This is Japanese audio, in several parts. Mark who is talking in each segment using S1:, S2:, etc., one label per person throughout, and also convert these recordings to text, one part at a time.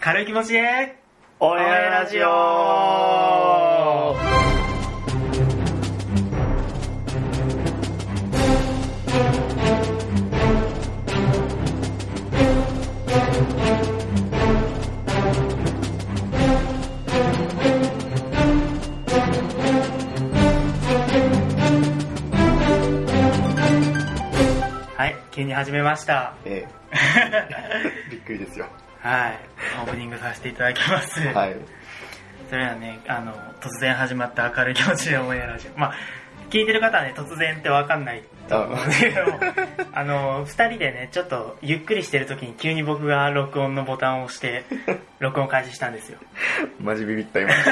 S1: 軽い気持ちで
S2: 俺ラジオ
S1: はい急に始めました
S2: ええ、びっくりですよ。
S1: はいオープニングさせていただきます、
S2: はい。
S1: それではねあの突然始まった明るい気持ちでオンエアラジオまあ聞いてる方はね突然ってわかんない と思うんですけどもあの2人でねちょっとゆっくりしてる時に急に僕が録音のボタンを押して録音開始したんですよ
S2: マジビビった今。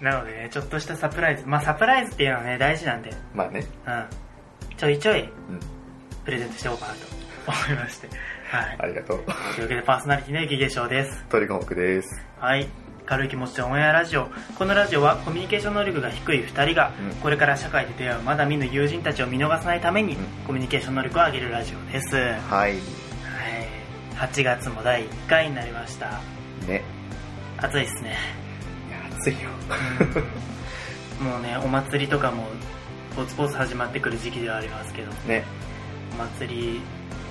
S1: なのでねちょっとしたサプライズまあサプライズっていうのはね大事なんで
S2: まあね。
S1: うんちょいちょい
S2: うん。
S1: プレゼントしておこうかなと思いましてはい
S2: ありがとう。
S1: というわけでパーソナリティの雪化粧です。
S2: トリコモクです。
S1: はい。軽い気持ちでオンエアラジオ。このラジオはコミュニケーション能力が低い2人が、
S2: うん
S1: これから社会で出会うまだ見ぬ友人たちを見逃さないために、
S2: うん
S1: コミュニケーション能力を上げるラジオです。はい。
S2: はい。
S1: 8月も第1回になりました。
S2: ね。
S1: 暑いです ね。
S2: いや、暑いよ。
S1: もうね、お祭りとかも、ポツポツ始まってくる時期ではありますけど、
S2: ね。
S1: お祭り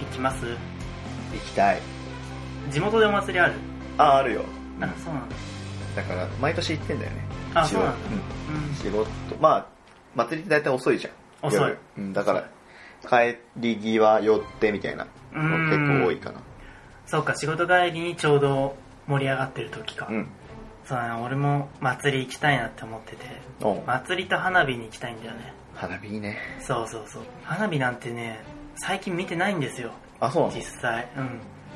S1: 行きます
S2: 行きたい。
S1: 地元でお祭りある
S2: あ、あるよ。
S1: あ、そうなんだ。
S2: だから、毎年行ってんだよね。
S1: あ
S2: 仕
S1: そう
S2: 事
S1: なんだうん。
S2: 仕事。まあ、祭りって大体遅いじゃん。
S1: 遅い
S2: 夜うん、だから、帰り際寄ってみたいな。
S1: うん
S2: 結構多いかな。
S1: そうか、仕事帰りにちょうど盛り上がってる時か。
S2: うん。
S1: そうだね、俺も祭り行きたいなって思ってて。
S2: おう
S1: 祭りと花火に行きたいんだよね。
S2: 花火いいね。
S1: そうそうそう。花火なんてね、最近見てないんですよ。
S2: あ、そうなの
S1: 実際。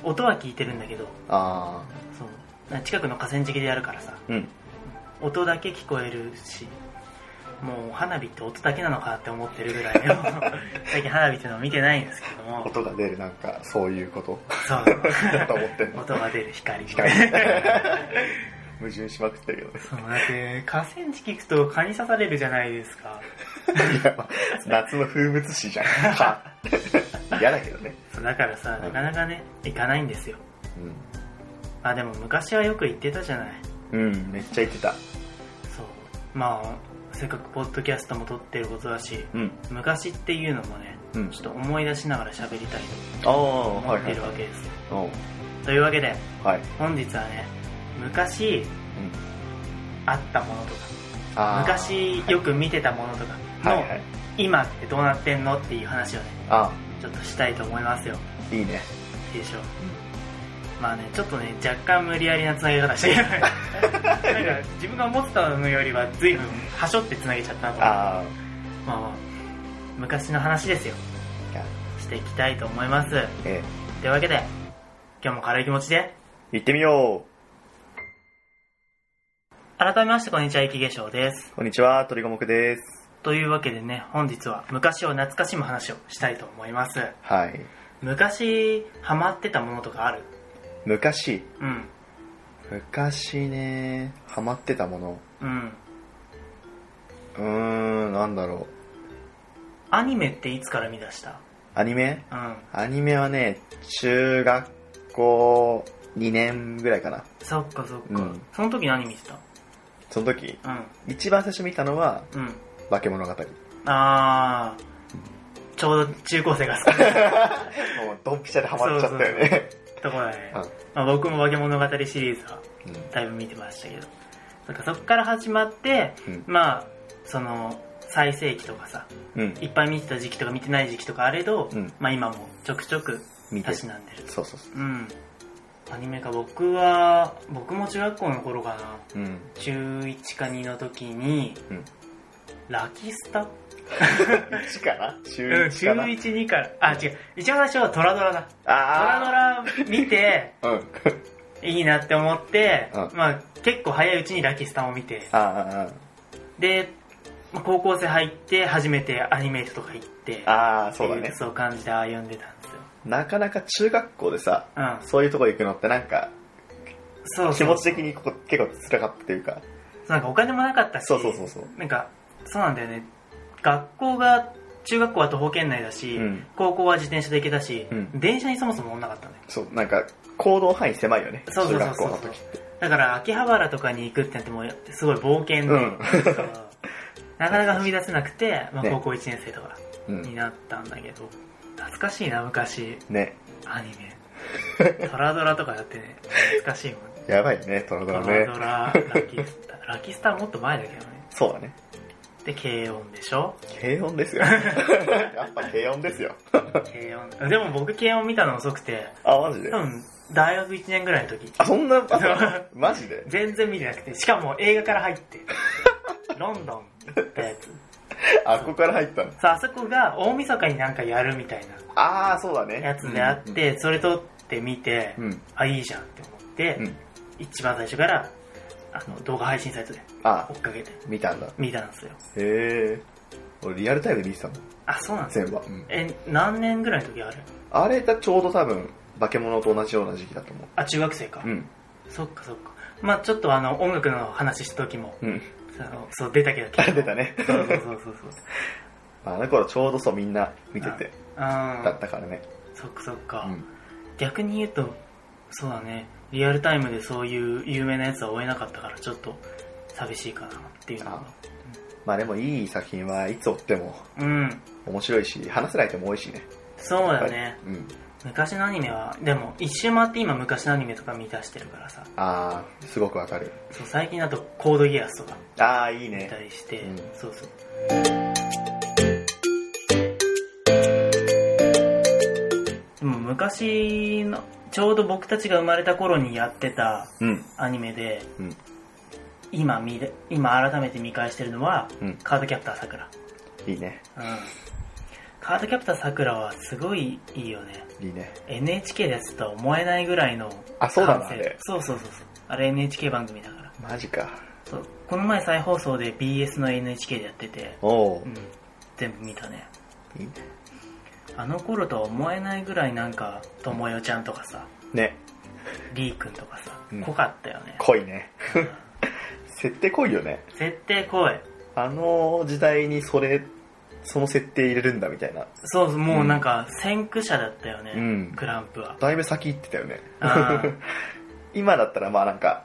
S1: うん。音は聞いてるんだけど、
S2: あ
S1: そう。近くの河川敷でやるからさ、
S2: ー。うん。
S1: 音だけ聞こえるし、もう花火って音だけなのかって思ってるぐらい の、最近花火っていうのを見てないんですけども、
S2: 音が出る、なんか、そういう こと。
S1: そう。
S2: だと思ってんの。
S1: 音が出る光。
S2: 機械 矛盾しまくってるけ どね。
S1: そうだって河川敷行くと蚊に刺されるじゃないですか
S2: いやまあ夏の風物詩じゃん。か嫌だけどね。
S1: そうだからさ
S2: うん
S1: なかなかね行かないんですよまあでも昔はよく行ってたじゃない
S2: うん。うん、めっちゃ言ってた。
S1: そうまあせっかくポッドキャストも撮ってることだし
S2: うん。
S1: 昔っていうのもね
S2: うん
S1: ちょっと思い出しながら喋りたい
S2: あ
S1: と
S2: あ、
S1: 思っ
S2: はいは
S1: て
S2: い
S1: る。わけです、
S2: おう
S1: というわけで
S2: はい。
S1: 本日はね昔
S2: うん
S1: あったものとか
S2: あー
S1: 昔よく見てたものとか
S2: はい
S1: の
S2: はい。
S1: 今ってどうなってんのっていう話をね
S2: あ
S1: ちょっとしたいと思いますよ
S2: ーいいね。
S1: いいでしょうまあね、ちょっとね、若干無理やりな繋げ方してる。なんか、自分が思ってたのよりは随分、はしょって繋げちゃったなと思う
S2: あ
S1: まあまあ、昔の話ですよ。
S2: あ、いや
S1: していきたいと思います。
S2: え
S1: というわけで、今日も軽い気持ちで、
S2: え行ってみよ
S1: 改めましてこんにちは、雪化粧です。
S2: う。こんにちは、鳥五目です。
S1: というわけでね、本日は昔を懐かしむ話をしたいと思います。
S2: はい。
S1: 昔、ハマってたものとかある
S2: 昔、
S1: うん。
S2: 昔ね、ハマってたもの。
S1: うん。
S2: うーん、なんだろう。
S1: アニメっていつから見出した
S2: アニメ
S1: うん。
S2: アニメはね、中学校2年ぐらいかな。
S1: そっかそっか。
S2: うん
S1: その時何見てた
S2: その時、
S1: うん。
S2: 一番最初見たのは、
S1: うん。
S2: 化け物語。もう、
S1: あー、ちょうど中高生が好きな
S2: ドンピシャでハマっちゃったよね。
S1: ところだ ね
S2: う。
S1: まあ、僕も化け物語シリーズは
S2: ん
S1: だいぶ見てましたけど。そっかそっから始まって、
S2: うん
S1: まあ、その、最盛期とかさ、
S2: うん。
S1: いっぱい見てた時期とか見てない時期とかあれど、
S2: うん
S1: まあ今もちょくちょく
S2: 見
S1: た
S2: て。
S1: し
S2: そう
S1: なんでる。
S2: そうそう。
S1: うん。アニメか、僕は、僕も中学校の頃かな、
S2: うん。
S1: 中1か2の時に、
S2: うん
S1: ラキスタ
S2: 1かな中
S1: うん、
S2: 1
S1: 中
S2: かな
S1: 1、2から、あ、違う、一番最初はトラドラだ。トラド
S2: あ
S1: ラ見 て、
S2: あ。うん。
S1: いいなって思って、
S2: うん
S1: まあ結構早いうちにラキスタを見て、
S2: ああ
S1: で、まあ高校生入って初めてアニメートとか行って、
S2: ああ。ああ、そうだ
S1: ってい
S2: ね
S1: う。そう感じで歩んでたんですよ。
S2: なかなか中学校でさ、
S1: うん、
S2: そういうとこ行くのってなんか、
S1: そうそう
S2: 気持ち的にここ結構辛かったというか。
S1: そうなんかお金もなかったし、
S2: そうそうそうそう。
S1: なんか、そうなんだよね。学校が中学校は徒歩圏内だし、
S2: うん
S1: 高校は自転車で行けたし、
S2: うん
S1: 電車にそもそも乗んなかったのよ
S2: そうなんか行動範囲狭いよね
S1: そうそうそうそう
S2: 中学校の時って
S1: だから秋葉原とかに行くってなってもうすごい冒険で、
S2: うん
S1: そう なかなか踏み出せなくて、まあ、
S2: ね
S1: 高校1年生とか
S2: う
S1: に
S2: ん
S1: なったんだけど、懐かしいな昔
S2: ね
S1: アニ メトラドラとかやってね懐かしいもん
S2: やばいねトラド
S1: ト
S2: ラ
S1: ラ
S2: ね
S1: ドラ、ラキスタ ラキスタはもっと前だけどね
S2: そうだね
S1: で軽音でしょ
S2: 軽音 ですよやっぱ軽音ですよ
S1: 軽音でも僕軽音見たの遅くて
S2: あマジで
S1: 多分大学1年ぐらいの時
S2: あそんなあそうなのマジで
S1: 全然見てなくてしかも映画から入って ロンドン行ったやつ
S2: あここから入ったの
S1: さああそこが大晦日になんかやるみたい
S2: ああそうだね
S1: なやつであって、それ撮ってみて、
S2: うんうん
S1: あいいじゃんって思って、
S2: うん
S1: 一番最初からあの動画配信サイトで
S2: あ
S1: 追っかけて
S2: 見たんだへ
S1: 見たんですよ
S2: え俺リアルタイムで見てたもん
S1: あそうなんです
S2: 全
S1: よ
S2: 部は、うん
S1: え何年ぐらいの時あれ
S2: あれがちょうど多分化け物と同じような時期だと思
S1: あ中学生か、
S2: ううん
S1: そっかそっかまあちょっとあの音楽の話した時も
S2: うん
S1: あのそう出たけど
S2: あ 出たね
S1: そうそうそうそうそう
S2: あの頃ちょうどそうみんな見てて
S1: あ
S2: だっ
S1: あ
S2: たからね
S1: そっかそっか、
S2: うん
S1: 逆に言うとそうだねリアルタイムでそういう有名なやつは追えなかったからちょっと寂しいかなっていうのが
S2: あまあでもいい作品はいつ追っても
S1: うん
S2: 面白いし話せない人も多いしね
S1: そうだね、
S2: うん
S1: 昔のアニメはでも一周回って今昔のアニメとか見出してるからさ
S2: ああすごくわかる
S1: そう最近だとコードギアスとか
S2: ああいい
S1: 見た
S2: ね
S1: りして、
S2: うん
S1: そうそうでも昔のちょうど僕たちが生まれた頃にやってた
S2: うん
S1: アニメで
S2: うん
S1: 今見れ今改めて見返してるのは、
S2: うん
S1: カードキャプターさくら、
S2: いいね
S1: うん、カードキャプターさくらはすごいいいよね
S2: いいね
S1: NHK でやってたとは思えないぐらいの
S2: あそうだな
S1: 完成
S2: あれ
S1: そうそうそうそうあれ NHK 番組だから
S2: マジか
S1: そうこの前再放送で BS の NHK でやってて、
S2: おお
S1: うん、全部見たね
S2: いいね
S1: あの頃とは思えないぐらいなんかともよちゃんとかさ
S2: ね
S1: りーくんとかさ
S2: うん
S1: 濃かったよね、
S2: 濃いね 設定濃いよね
S1: 絶対濃い
S2: あの時代にそれその設定入れるんだみたいな
S1: そうそうもうなんか先駆者だったよね、
S2: うん
S1: クランプは
S2: だいぶ先行ってたよね
S1: あー
S2: 今だったらまあなんか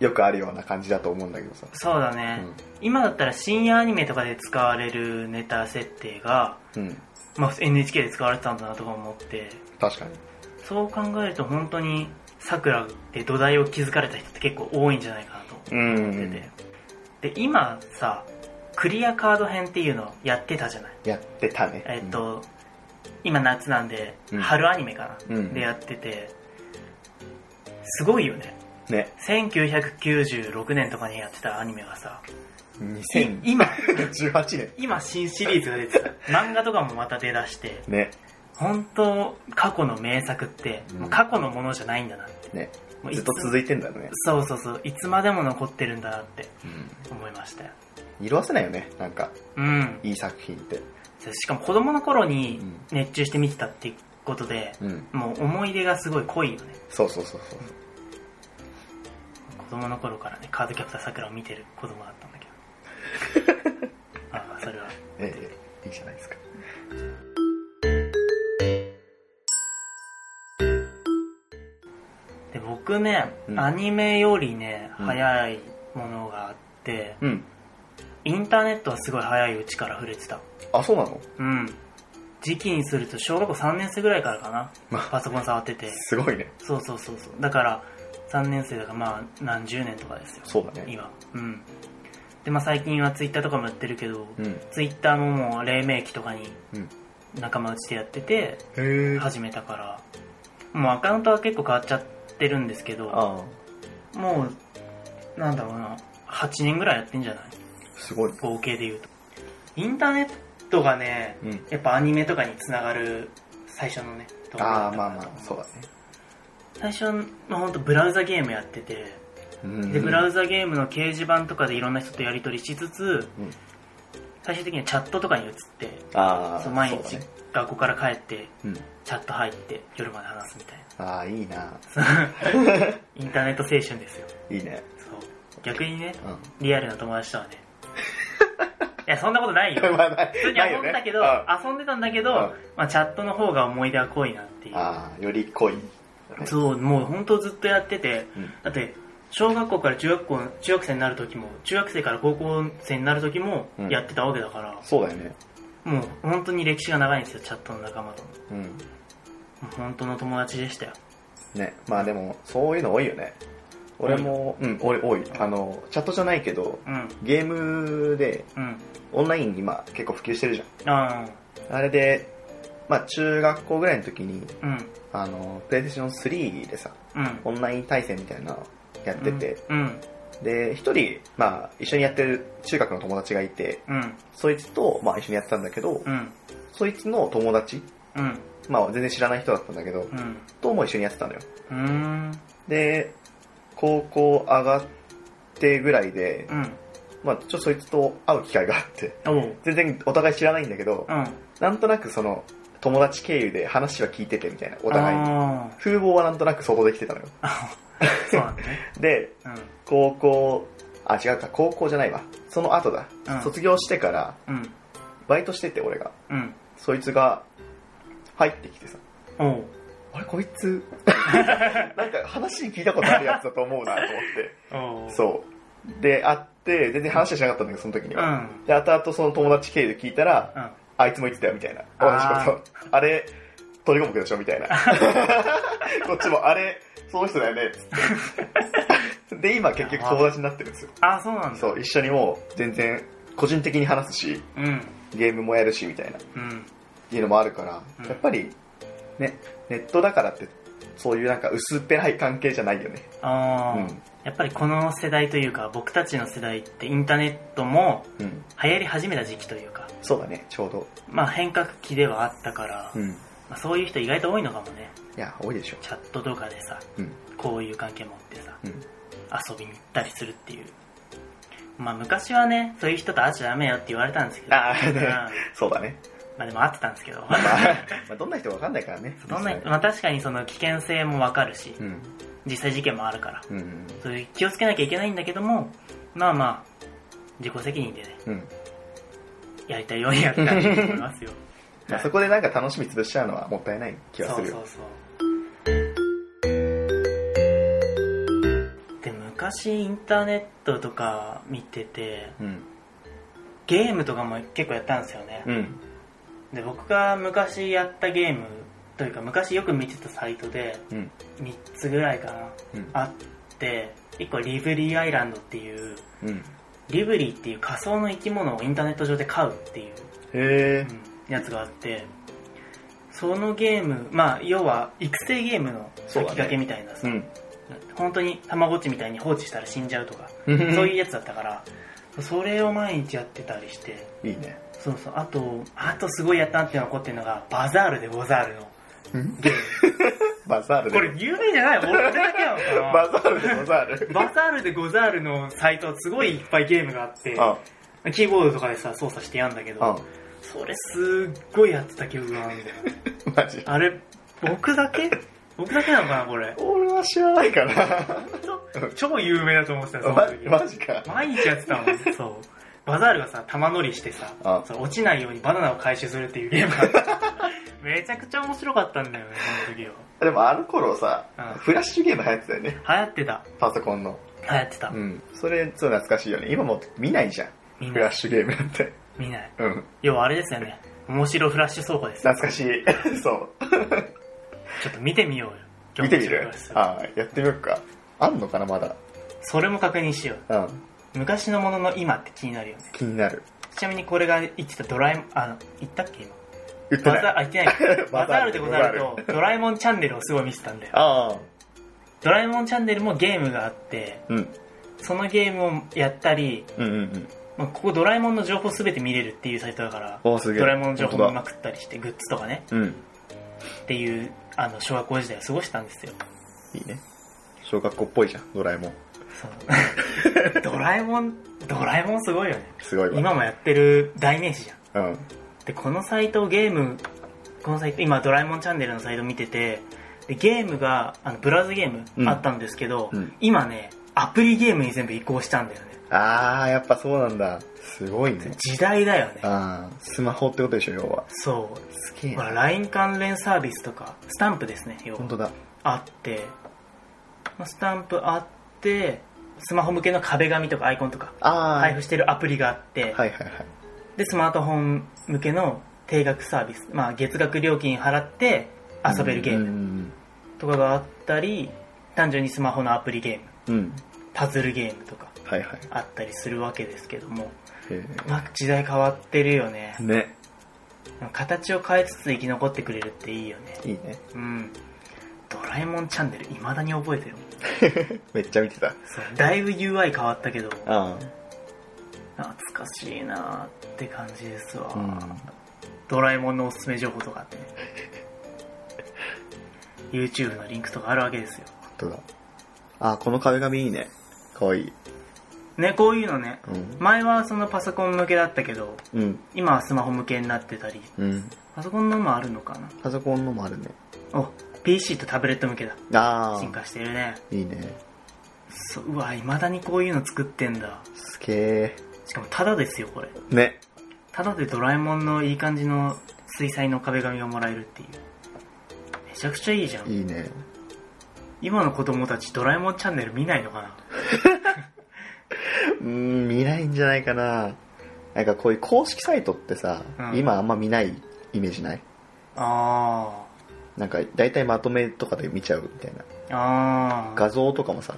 S2: よくあるような感じだと思うんだけどさ
S1: そうだ
S2: う
S1: ね、
S2: ん
S1: 今だったら深夜アニメとかで使われるネタ設定が、
S2: うん
S1: まあ、NHK で使われてたんだなとか思って
S2: 確かに
S1: そう考えると本当にさくらで土台を築かれた人って結構多いんじゃないかなと
S2: う
S1: 思って
S2: ん
S1: てで今さクリアカード編っていうのをやってたじゃない
S2: やってたね
S1: えっと、今夏なんで、
S2: うん
S1: 春アニメかな、
S2: うん
S1: でやっててすごいよね
S2: うんね
S1: 1996年とかにやってたアニメがさい
S2: 2018
S1: 今
S2: 年
S1: 今新シリーズが出てた漫画とかもまた出だして
S2: ね
S1: 本当過去の名作って、
S2: うん
S1: もう過去のものじゃないんだなって
S2: ね
S1: もうい
S2: ず
S1: つ
S2: っと続いてんだよね、
S1: そうそうそういつまでも残ってるんだなって思いましたよ
S2: 色あせないよねなんか
S1: うん
S2: いい作品って
S1: しかも子供の頃に
S2: うん
S1: 熱中して見てたっていうことで、
S2: うん
S1: もう思い出がすごい濃いよね
S2: そうそうそうそう
S1: 子供の頃からねカードキャプターさくらを見てる子供だったんだけど ああそれは
S2: ええいいじゃないですか
S1: で僕ね、
S2: うん
S1: アニメよりね
S2: うん
S1: 早いものがあって、
S2: うん
S1: インターネットはすごい早いうちから触れてた
S2: あそうなの
S1: うん時期にすると小学校3年生ぐらいからかな
S2: まあ
S1: パソコン触ってて
S2: すごいね
S1: そうそうそうそうだから3年生だからまあ何十年とかですよ
S2: そうだね
S1: 今うんでまあ最近はツイッターとかもやってるけど、
S2: うん
S1: ツイッターももう黎明期とかに
S2: うん
S1: 仲間内でやってて
S2: へえあ
S1: 始めたからもうアカウントは結構変わっちゃってるんですけど
S2: あ
S1: もうなんだろうな8年ぐらいやってんじゃない
S2: すごい
S1: 合計で言うとインターネットがね
S2: うん
S1: やっぱアニメとかにつながる最初のねところだ
S2: あ
S1: っ
S2: あ
S1: た
S2: ま
S1: か
S2: あ
S1: ら
S2: まあそうだね
S1: 最初の本当ブラウザゲームやってて
S2: うん
S1: でブラウザゲームの掲示板とかでいろんな人とやり取りしつつ
S2: うん
S1: 最終的にはチャットとかに移って
S2: あ
S1: そ
S2: あ
S1: う毎
S2: そう
S1: 日
S2: だね
S1: 学校から帰って
S2: うん
S1: チャット入って夜まで話すみ たいな
S2: ああいいな
S1: インターネット青春ですよ
S2: いいね
S1: そう逆にね
S2: うん
S1: リアルな友達とはねいや、そんなこと ないよ。
S2: まあない
S1: 普通に
S2: ない
S1: 遊
S2: よ
S1: ん
S2: ね
S1: でたけど、
S2: うん
S1: 遊んでたんだけ
S2: うん
S1: ど、まあ、チャットの方が思い出は濃いなっていう。
S2: ああより濃い
S1: そう、もう本当ずっとやってて、
S2: うん
S1: だって、小学校から中学校、中学生になる時も、中学生から高校生になる時も
S2: うん
S1: やってたわけだから、
S2: そうだよね
S1: もう本当に歴史が長いんですよ、チャットの仲間と。も
S2: うん
S1: う本当の友達でしたよ。
S2: ねまあでもそういうの多いよね俺もうん俺多いあのチャットじゃないけど
S1: うん、
S2: ゲームで
S1: うん、
S2: オンライン今結構普及してるじ
S1: あ
S2: ゃんあれでまあ中学校ぐらいの時に
S1: あ、うん、
S2: あのプレイステーション3でさ
S1: うん。
S2: オンライン対戦みたいなのやってて、
S1: うん、
S2: で一人まあ一緒にやってる中学の友達がいて
S1: うん、
S2: そいつとまあ一緒にやってたんだけど、
S1: うん、
S2: そいつの友達
S1: うん、
S2: まあ全然知らない人だったんだけど、
S1: うん、
S2: とも一緒にやってたのよ
S1: うん、うん、
S2: で高校上がってぐらいで、
S1: うん、
S2: まあちょっとそいつと会う機会があって
S1: おう、
S2: 全然お互い知らないんだけど、
S1: うん。
S2: なんとなくその友達経由で話は聞いててみたいなお互いに
S1: あ
S2: 風貌はなんとなく想像できてたのよ
S1: ーそうなんだね。
S2: で高校あ違うか高校じゃないわその後だ、
S1: うん
S2: 卒業してから
S1: うん、うん、
S2: バイトしてて俺が
S1: うん、
S2: そいつが入ってきてさ
S1: おう、
S2: あれこいつ なんか話聞いたことあるやつだと思うなと思っ
S1: おう、
S2: てそうで会って全然話はしなかったんだけどその時に
S1: うん、う
S2: は、
S1: ん、
S2: で後々その友達経由で聞いたらあいつも言ってたよみたいな
S1: あー
S2: 同じことあれ鳥五目でしょみた いなこっちもあれその人だよねつってで今結局友達になってるんですよ
S1: あ、そうなんだ。
S2: そう一緒にもう全然個人的に話すし
S1: うん、
S2: ゲームもやるしみたいな
S1: うん、
S2: っていうのもあるから、
S1: うん
S2: やっぱりねネットだからってそういうなんか薄っぺらい関係じゃないよね
S1: あ
S2: う
S1: ー
S2: ん
S1: やっぱりこの世代というか、僕たちの世代ってインターネットも
S2: うん
S1: 流行り始めた時期というか、
S2: そうだねちょうど
S1: まあ変革期ではあったから、
S2: うんい
S1: まあそういう人意外と多いのかもね。
S2: や多いでしょ
S1: チャットとかでさ、
S2: うん
S1: こういう関係持ってさ、
S2: うん
S1: 遊びに行ったりするっていう。まあ昔はね、そういう人と会っちゃダメよって言われたんですけど。
S2: あーね
S1: うん
S2: そうだね、
S1: まあでも会ってたんですけど。
S2: ま あ、まあどんな人かわかんないからね
S1: どんな、まあ確かにその危険性もわかるし、
S2: うん
S1: 実際事件もあるから、
S2: うん
S1: そういう気をつけなきゃいけないんだけども、まあまあ、自己責任でね、
S2: うん
S1: やりたいようにやったらいいと思いますよ。
S2: まあそこでなんか楽しみ潰しちゃうのはもったいない気がするよ
S1: そうそうそうで昔インターネットとか見てて
S2: うん
S1: ゲームとかも結構やったんですよね、
S2: うん
S1: で僕が昔やったゲームというか昔よく見てたサイトで
S2: うん
S1: 3つぐらいかな
S2: うん
S1: あって1個リブリーアイランドっていう
S2: うんへ
S1: リブリーっていう仮想の生き物をインターネット上で飼うっていう
S2: え
S1: うんやつがあってそのゲームまあ要は育成ゲームの先駆けみたいなさ、
S2: うん
S1: 本当にたまごっちみたいに放置したら死んじゃうとか、
S2: そう
S1: そういう
S2: い
S1: やつだったからそれを毎日やってたりして
S2: ういいね
S1: そうそうあとあとすごいやったなっていうのが起こってるのがバザールでござるのゲー
S2: バザール
S1: ムこ
S2: で
S1: れ有名じゃない俺俺だけなの
S2: バ
S1: か
S2: ザールでバザール
S1: なバザールでござるのサイトすごいいっぱいゲームがあって
S2: あ
S1: キーボードとかでさ操作してやんだけ
S2: あ
S1: どそれすっごいやってた記憶があるんだよ
S2: マジ
S1: あれ、僕だけ僕だけなのかな、これ。
S2: 俺は知らないから
S1: 超有名だと思ってた、その
S2: ま
S1: 時。
S2: マジか
S1: 毎日やってたもん、そう。バザールがさ、玉乗りしてさ
S2: あ、
S1: そう落ちないようにバナナを回収するっていうゲームがあった。めちゃくちゃ面白かったんだよね、その時は。
S2: でもあの頃さ、
S1: うん
S2: フラッシュゲーム流行ってたよね。
S1: 流行ってた。
S2: パソコンの。
S1: 流行ってた
S2: う。ん。それ、そう懐かしいよね。今もう見ないじゃん。
S1: 見
S2: フ
S1: な
S2: ラッ
S1: い。
S2: シュゲームなんて。
S1: 見ない。
S2: うん。
S1: 要はあれですよね。面白フラッシュ倉庫です。
S2: 懐かしい。そう。
S1: ちょっと見てみようよ。今
S2: 見
S1: 日
S2: て
S1: の
S2: み
S1: フラ
S2: る
S1: ッシュ
S2: ああ、やってみようか。あんのかな、まだ。
S1: それも確認しよう。
S2: うん。
S1: 昔のものの今って気になるよね。
S2: 気になる。
S1: ちなみにこれが言ってたドラえもん、あの、言ったっけ今。
S2: 売って
S1: バ
S2: な
S1: ザ
S2: い。
S1: あ、言ってない。
S2: バ
S1: バ
S2: ザ
S1: ザー
S2: ール
S1: ル
S2: で
S1: で
S2: ご
S1: ご
S2: ざ
S1: ざ
S2: る
S1: ると、ドラえもんチャンネルをすごい見てたんだよ。
S2: ああ。
S1: ドラえもんチャンネルもゲームがあって、
S2: うん。
S1: そのゲームをやったり、
S2: うんうんうん。
S1: まあ、ここドラえもんの情報すべて見れるっていうサイトだから、
S2: おーすげえ。
S1: ドラえもんの情報
S2: 本
S1: 見
S2: 当
S1: ま
S2: だ
S1: くったりして、グッズとかね、
S2: うん。
S1: っていう、あの、小学校時代を過ごしたんですよ。
S2: いいね。小学校っぽいじゃん、ドラえもん。
S1: そう ドラえもん、ドラえもんすごいよね。
S2: すごいわ。
S1: 今もやってる代名詞じゃん。
S2: うん。
S1: で、このサイトゲーム、このサイト、今ドラえもんチャンネルのサイト見てて、でゲームが、あの、ブラウズゲーム
S2: うん
S1: あったんですけど、
S2: うん
S1: 今ね、アプリゲームに全部移行したんだよね。
S2: あー、やっぱそうなんだ。すごいね。
S1: 時代だよね
S2: あー、スマホってことでしょ、要は。
S1: そう
S2: すげえ
S1: ほら
S2: な。
S1: LINE 関連サービスとかスタンプですね要は
S2: 本当だ。
S1: あってまあスタンプあってスマホ向けの壁紙とかアイコンとか
S2: あー。
S1: 配布してるアプリがあって、
S2: はいはいはい。
S1: でスマートフォン向けの定額サービス、まあ、月額料金払って遊べるゲーム
S2: ム。
S1: とかがあったり単純にスマホのアプリゲーム
S2: うん。
S1: パズルゲームとか
S2: はいはい。
S1: あったりするわけですけども、
S2: え
S1: まあ、時代変わってるよね
S2: ーね。
S1: 形を変えつつ生き残ってくれるっていいよね
S2: いいね。
S1: うんドラえもんチャンネル未だに覚えてるもん
S2: めっちゃ見てた。
S1: そうだいぶ UI 変わったけど
S2: あ
S1: 懐かしいなって感じですわ、
S2: ー。うん。
S1: ドラえもんのおすすめ情報とかあってね YouTube のリンクとかあるわけですよ
S2: どうだあー、この壁紙いいね。かわいい。
S1: ねこういうのね
S2: うん。
S1: 前はそのパソコン向けだったけど
S2: うん。
S1: 今はスマホ向けになってたり
S2: うん。
S1: パソコンのもあるのかな
S2: パソコンのもあるね。
S1: お PC とタブレット向けだ
S2: あ
S1: 進化してるね
S2: ー。いいね。
S1: そううわいまだにこういうの作ってんだ
S2: すげえ。
S1: しかもタダですよこれ
S2: ね。
S1: タダでドラえもんのいい感じの水彩の壁紙がもらえるっていうめちゃくちゃいいじゃん
S2: いいね。
S1: 今の子供たちドラえもんチャンネル見ないのかな
S2: うーん、見ないんじゃないかな。なんかこういう公式サイトってさ、
S1: うん
S2: 今あんま見ないイメージない
S1: あ
S2: なんか大体まとめとかで見ちゃうみたいな。
S1: あああ
S2: 画像とかもさ、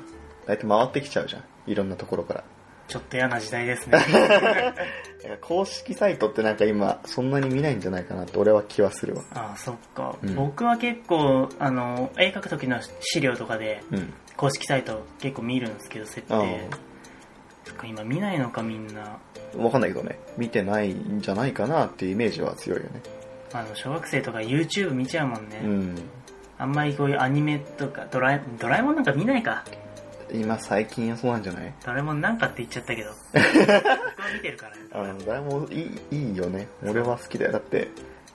S2: 大体回ってきちゃうじゃん。いろんなところから。
S1: ちょっと嫌な時代 ですね
S2: なんか公式サイトってなんか今、そんなに見ないんじゃないかなって俺は気はするわ。
S1: ああそっか、
S2: うん
S1: 僕は結構あの絵描く時の資料とかで
S2: うん。
S1: 公式サイト結構見るんですけど設
S2: あ
S1: 定そっか今見ないのかみんな
S2: あ。わかんないけどね。見てないんじゃないかなっていうイメージは強いよね。
S1: あの小学生とか YouTube 見ちゃうもんね、
S2: うん。
S1: あんまりこういうアニメとかドラえドラえもんなんか見ないか
S2: 今最近はそうなんじゃない
S1: ドラえもんなんかって言っちゃ ったけど僕は見てるからね
S2: あの、だいぶいいいいよね。俺は好きだよ。だって、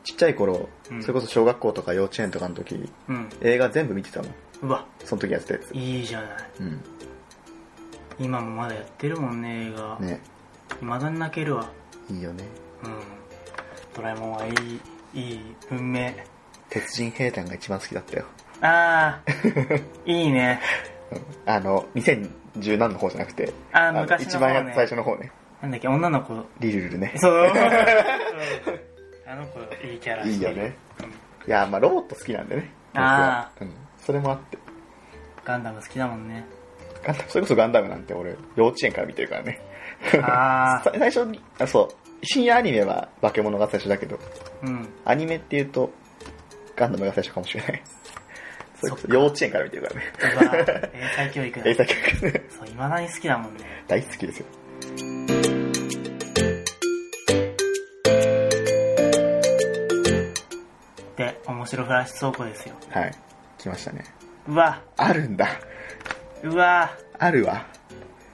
S2: ちっちゃい頃、
S1: うん
S2: それこそ小学校とか幼稚園とかの時、
S1: うん
S2: 映画全部見てたもん。
S1: うわ
S2: その時やってたやつ。
S1: いいじゃない
S2: うん。
S1: 今もまだやってるもんね映画
S2: ね。
S1: まだに泣けるわ
S2: いいよね。
S1: うんドラえもんはいいいい文明
S2: 鉄人兵団が一番好きだったよ。
S1: ああ いいね
S2: あの、2010何の方じゃなくて、
S1: あ
S2: あ
S1: あ
S2: の
S1: 昔
S2: 一
S1: の方、ね、
S2: 番最初の方ね。
S1: なんだっけ女の子
S2: リルルルね。
S1: そうあの子いいキャラ
S2: い
S1: し
S2: い
S1: てる
S2: よね。いや、まあロボット好きなんでね。
S1: あ
S2: 僕はうん。それもあって。
S1: ガンダム好きだもんね
S2: ガン ダムそれこそガンダムなんて俺、幼稚園から見てるからね。
S1: ああ
S2: さ最初に、あ、そう。深夜アニメは化け物が最初だけど、
S1: うん
S2: アニメっていうと、ガンダムが最初かもしれない。 それこ
S1: そ
S2: そ
S1: っ
S2: 幼稚園から見てるからね。
S1: うわ英才教育だ
S2: 英才教育ね
S1: そういまだに好きだもんね
S2: 大好きですよ。
S1: で面白フラッシュ倉庫ですよ
S2: はい。来ましたね。
S1: うわ
S2: あるんだ。
S1: うわ
S2: あるわ。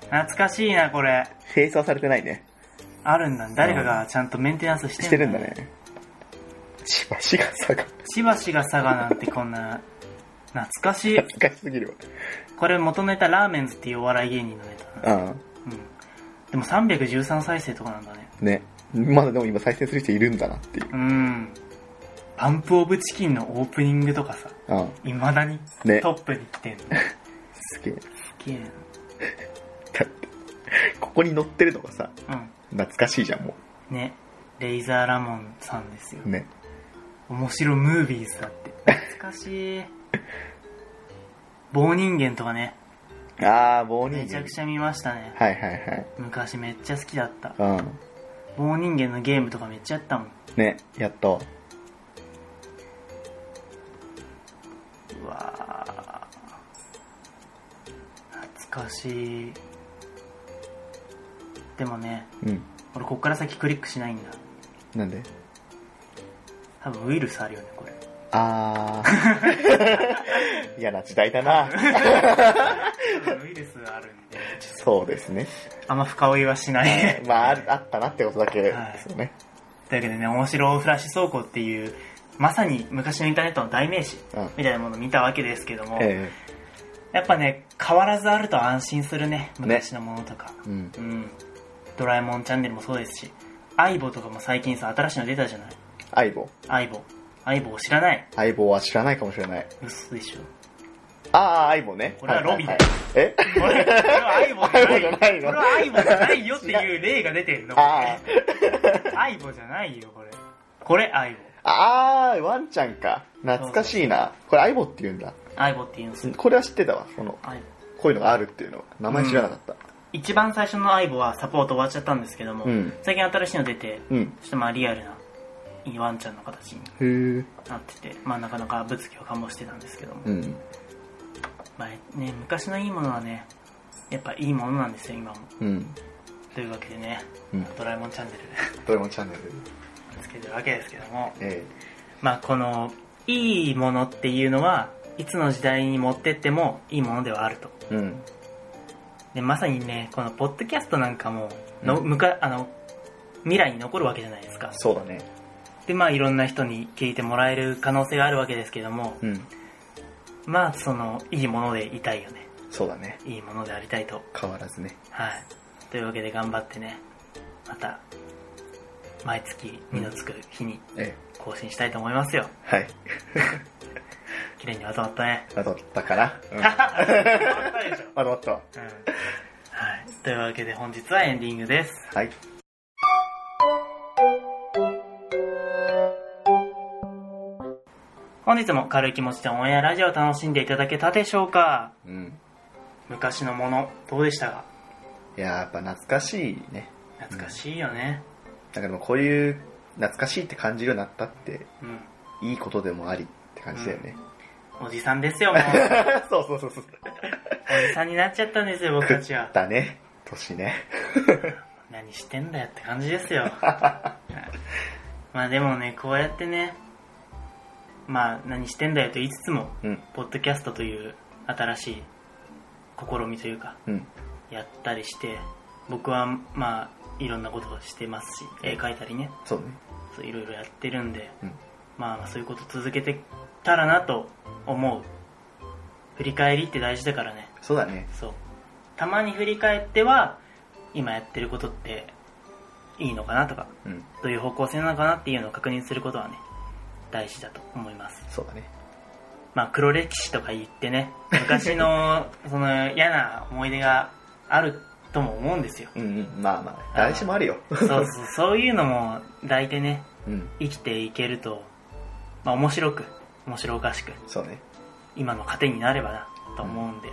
S1: 懐かしいなこれ
S2: 清掃されてないね。
S1: あるんだ誰かがちゃんとメンテナンスして
S2: してるんだね。しばしがさが、
S1: しばしが佐賀なんてこんな懐かしい
S2: 難しすぎる
S1: これ元ネタラーメンズっていうお笑い芸人のネタだな
S2: わ。
S1: うんでも313再生とかなんだね
S2: うん。ね。まだでも今再生する人いるんだなっていう。
S1: うんパンプオブチキンのオープニングとかさ
S2: うん。
S1: いまだに
S2: ね
S1: トップに来てんの、
S2: すげえ。
S1: すげえ
S2: だって、ここに乗ってるのがさ、
S1: な
S2: 懐かしいじゃん、も
S1: うんねレイザーラモンさんですよ
S2: う。ね。
S1: 面白ムービーズだって懐かしい棒人間とかね
S2: あー、棒人間。
S1: めちゃくちゃ見ましたね
S2: はいはい
S1: 昔めっちゃ好きだった
S2: はい。うん。
S1: 棒人間のゲームとかめっちゃやったもん
S2: ね、やっと。
S1: うわー懐かしいでもね
S2: うん。
S1: 俺こっから先クリックしないんだ
S2: なんで
S1: 多分ウイルスあるよねこれ
S2: あ ー。嫌な時代だな。
S1: 多 分ウイルスあるんで
S2: そうですね。
S1: あんま深追いはしない
S2: まあ、あるあったなってことだけですよね。
S1: というわけでね面白フラッシュ倉庫っていうまさに昔のインターネットの代名詞みたいなものを見たわけですけども、
S2: うん。え
S1: やっぱね変わらずあると安心するね昔のものとか、
S2: うん。
S1: うんドラえもんチャンネルもそうですし相棒とかも最近さ新しいの出たじゃない
S2: 相棒。
S1: 相棒相棒知らない
S2: 相棒は知らないかもしれない。
S1: 嘘でしょ
S2: ああ、相棒ね。
S1: これはロビンだよ
S2: いいいえ
S1: これこれは相棒じゃない
S2: 相棒じゃ
S1: こ
S2: ないの
S1: れは相棒じゃないよっていう例が出てるの
S2: あ
S1: 相棒じゃないよこれこれ相棒
S2: あ、ああ、ワンちゃんか。懐かしいな。これ相棒って言うんだ。
S1: 相棒っていうんです
S2: これは知ってたわ。この、
S1: 相棒
S2: こういうのがあるっていうのは。名前知らなかった。
S1: 一番最初の相棒はサポート終わっちゃったんですけども、
S2: うん
S1: 最近新しいの出て
S2: うん。
S1: ちょっとまあリアルないいワンちゃんの形に
S2: へえ。
S1: なってて、まあ、なかなか物議を醸してたんですけども、
S2: うん。
S1: まあね、昔のいいものはねやっぱいいものなんですよ今も
S2: うん。
S1: というわけでね
S2: うん。
S1: 「ドラえもんチャンネル」
S2: ドラえもんチャンネル。
S1: つけてるわけですけども
S2: え
S1: まあこのいいものっていうのはいつの時代に持ってってもいいものではあると
S2: えうん。
S1: でまさにねこのポッドキャストなんかもの、
S2: うん
S1: むかあの未来に残るわけじゃないですか
S2: そうだね。
S1: でまあいろんな人に聞いてもらえる可能性があるわけですけども
S2: うん。
S1: まあそのいいものでいたいよね
S2: そうだね。
S1: いいものでありたいと
S2: 変わらずね。
S1: はいというわけで頑張ってねまた毎月実のつく日に
S2: え
S1: 更新したいと思いますよ
S2: え。はい。
S1: 綺麗にまとまった ね
S2: まとったかな。うん。
S1: まとまったでしょ
S2: まとまったわ。
S1: うんはい、というわけで本日はエンディングです
S2: はい。
S1: 本日も軽い気持ちでオンエアラジオを楽しんでいただけたでしょうか
S2: うん。
S1: 昔のものどうでしたか
S2: いやー、やっぱ懐かしいね。
S1: 懐かしいよね
S2: なんかでもこういう懐かしいって感じるようになったって、
S1: うん
S2: いいことでもありって感じだよね。
S1: おじさんですよもう
S2: そうそうそうそう。
S1: おじさんになっちゃったんですよ僕たちは
S2: だね。年ね。
S1: 何してんだよって感じですよまあでもねこうやってねまあ何してんだよと言いつつも
S2: うん。
S1: ポッドキャストという新しい試みというか
S2: うん。
S1: やったりして僕はまあいろんなことをしてますし絵描いたりね
S2: そうね。
S1: そういろいろやってるんで、
S2: うん
S1: まあそういうこと続けてたらなと思う振り返りって大事だからね
S2: そうだね。
S1: そうたまに振り返っては今やってることっていいのかなとか
S2: うん。
S1: どういう方向性なのかなっていうのを確認することはね大事だと思います
S2: そうだね。
S1: まあ黒歴史とか言ってね昔のその嫌な思い出があるとも思うんですよ
S2: うんうん。まあまあ、誰しもあるよ。
S1: そうそうそういうのも抱いてね
S2: うん。
S1: 生きていけると、まあ、面白く面白おかしく
S2: そうね。
S1: 今の糧になればなと思うんで、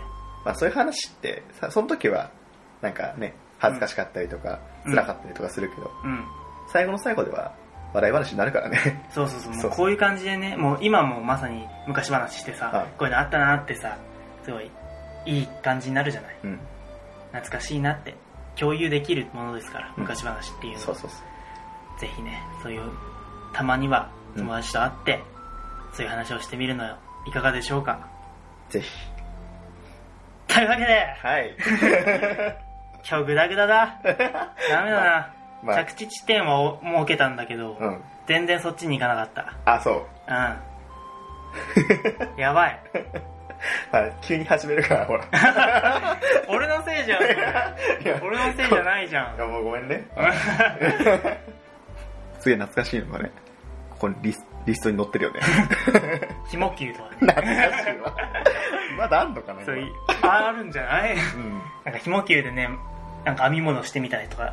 S2: まあそういう話って、さその時は、なんかね、恥ずかしかったりとか、
S1: うん
S2: 辛かったりとかするけど、
S1: うん、
S2: 最後の最後では、笑い話になるからね。
S1: そうそうそうもう
S2: そうそう
S1: こういう感じでねもう今もまさに昔話してさ、
S2: はい
S1: こういうのあったなってさすごいいい感じになるじゃない
S2: うん。
S1: 懐かしいなって共有できるものですから
S2: うん
S1: 昔話っていうのは、
S2: そうそうそう。
S1: ぜひねそういうたまには友達と会って、そういう話をしてみるのよいかがでしょうか
S2: ぜひ。
S1: というわけで
S2: はい。
S1: 今日グダグダだダメだな、
S2: まあ
S1: 着、地地点は設けたんだけど、
S2: うん。
S1: 全然そっちに行かなか
S2: あ、そう。
S1: ったう んやばい
S2: はい、急に始めるから、 ほら。
S1: 俺のせいじゃん
S2: いや、
S1: 俺のせいじゃないじゃん
S2: いやもうごめ んね。すげえ懐かしいのがね、ここにリスリストに載ってるよね。
S1: 肝球とかね
S2: 懐かしいわ。まだあんのかな、今
S1: そういあるんじゃない
S2: うん。
S1: なんか肝球でねなんか編み物してみたりとか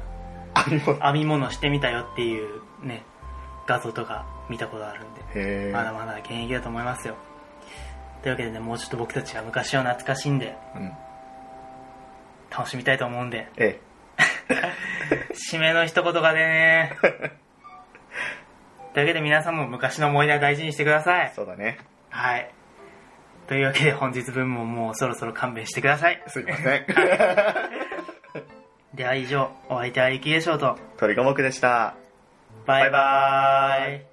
S2: あ、もう。
S1: 編み物してみたよっていうね画像とか見たことあるんで
S2: へ
S1: まだまだ現役だと思いますよというわけでねもうちょっと僕たちは昔を懐かしんで
S2: え。うん。
S1: 楽しみたいと思うんで
S2: ええ。
S1: 締めの一言がねというわけで皆さんも昔の思い出は大事にしてください
S2: そうだね。
S1: はいというわけで本日分ももうそろそろ勘弁してください
S2: すいません。
S1: では以上お相手はゆきえしょうと
S2: 鳥五目でした。
S1: バイバーイ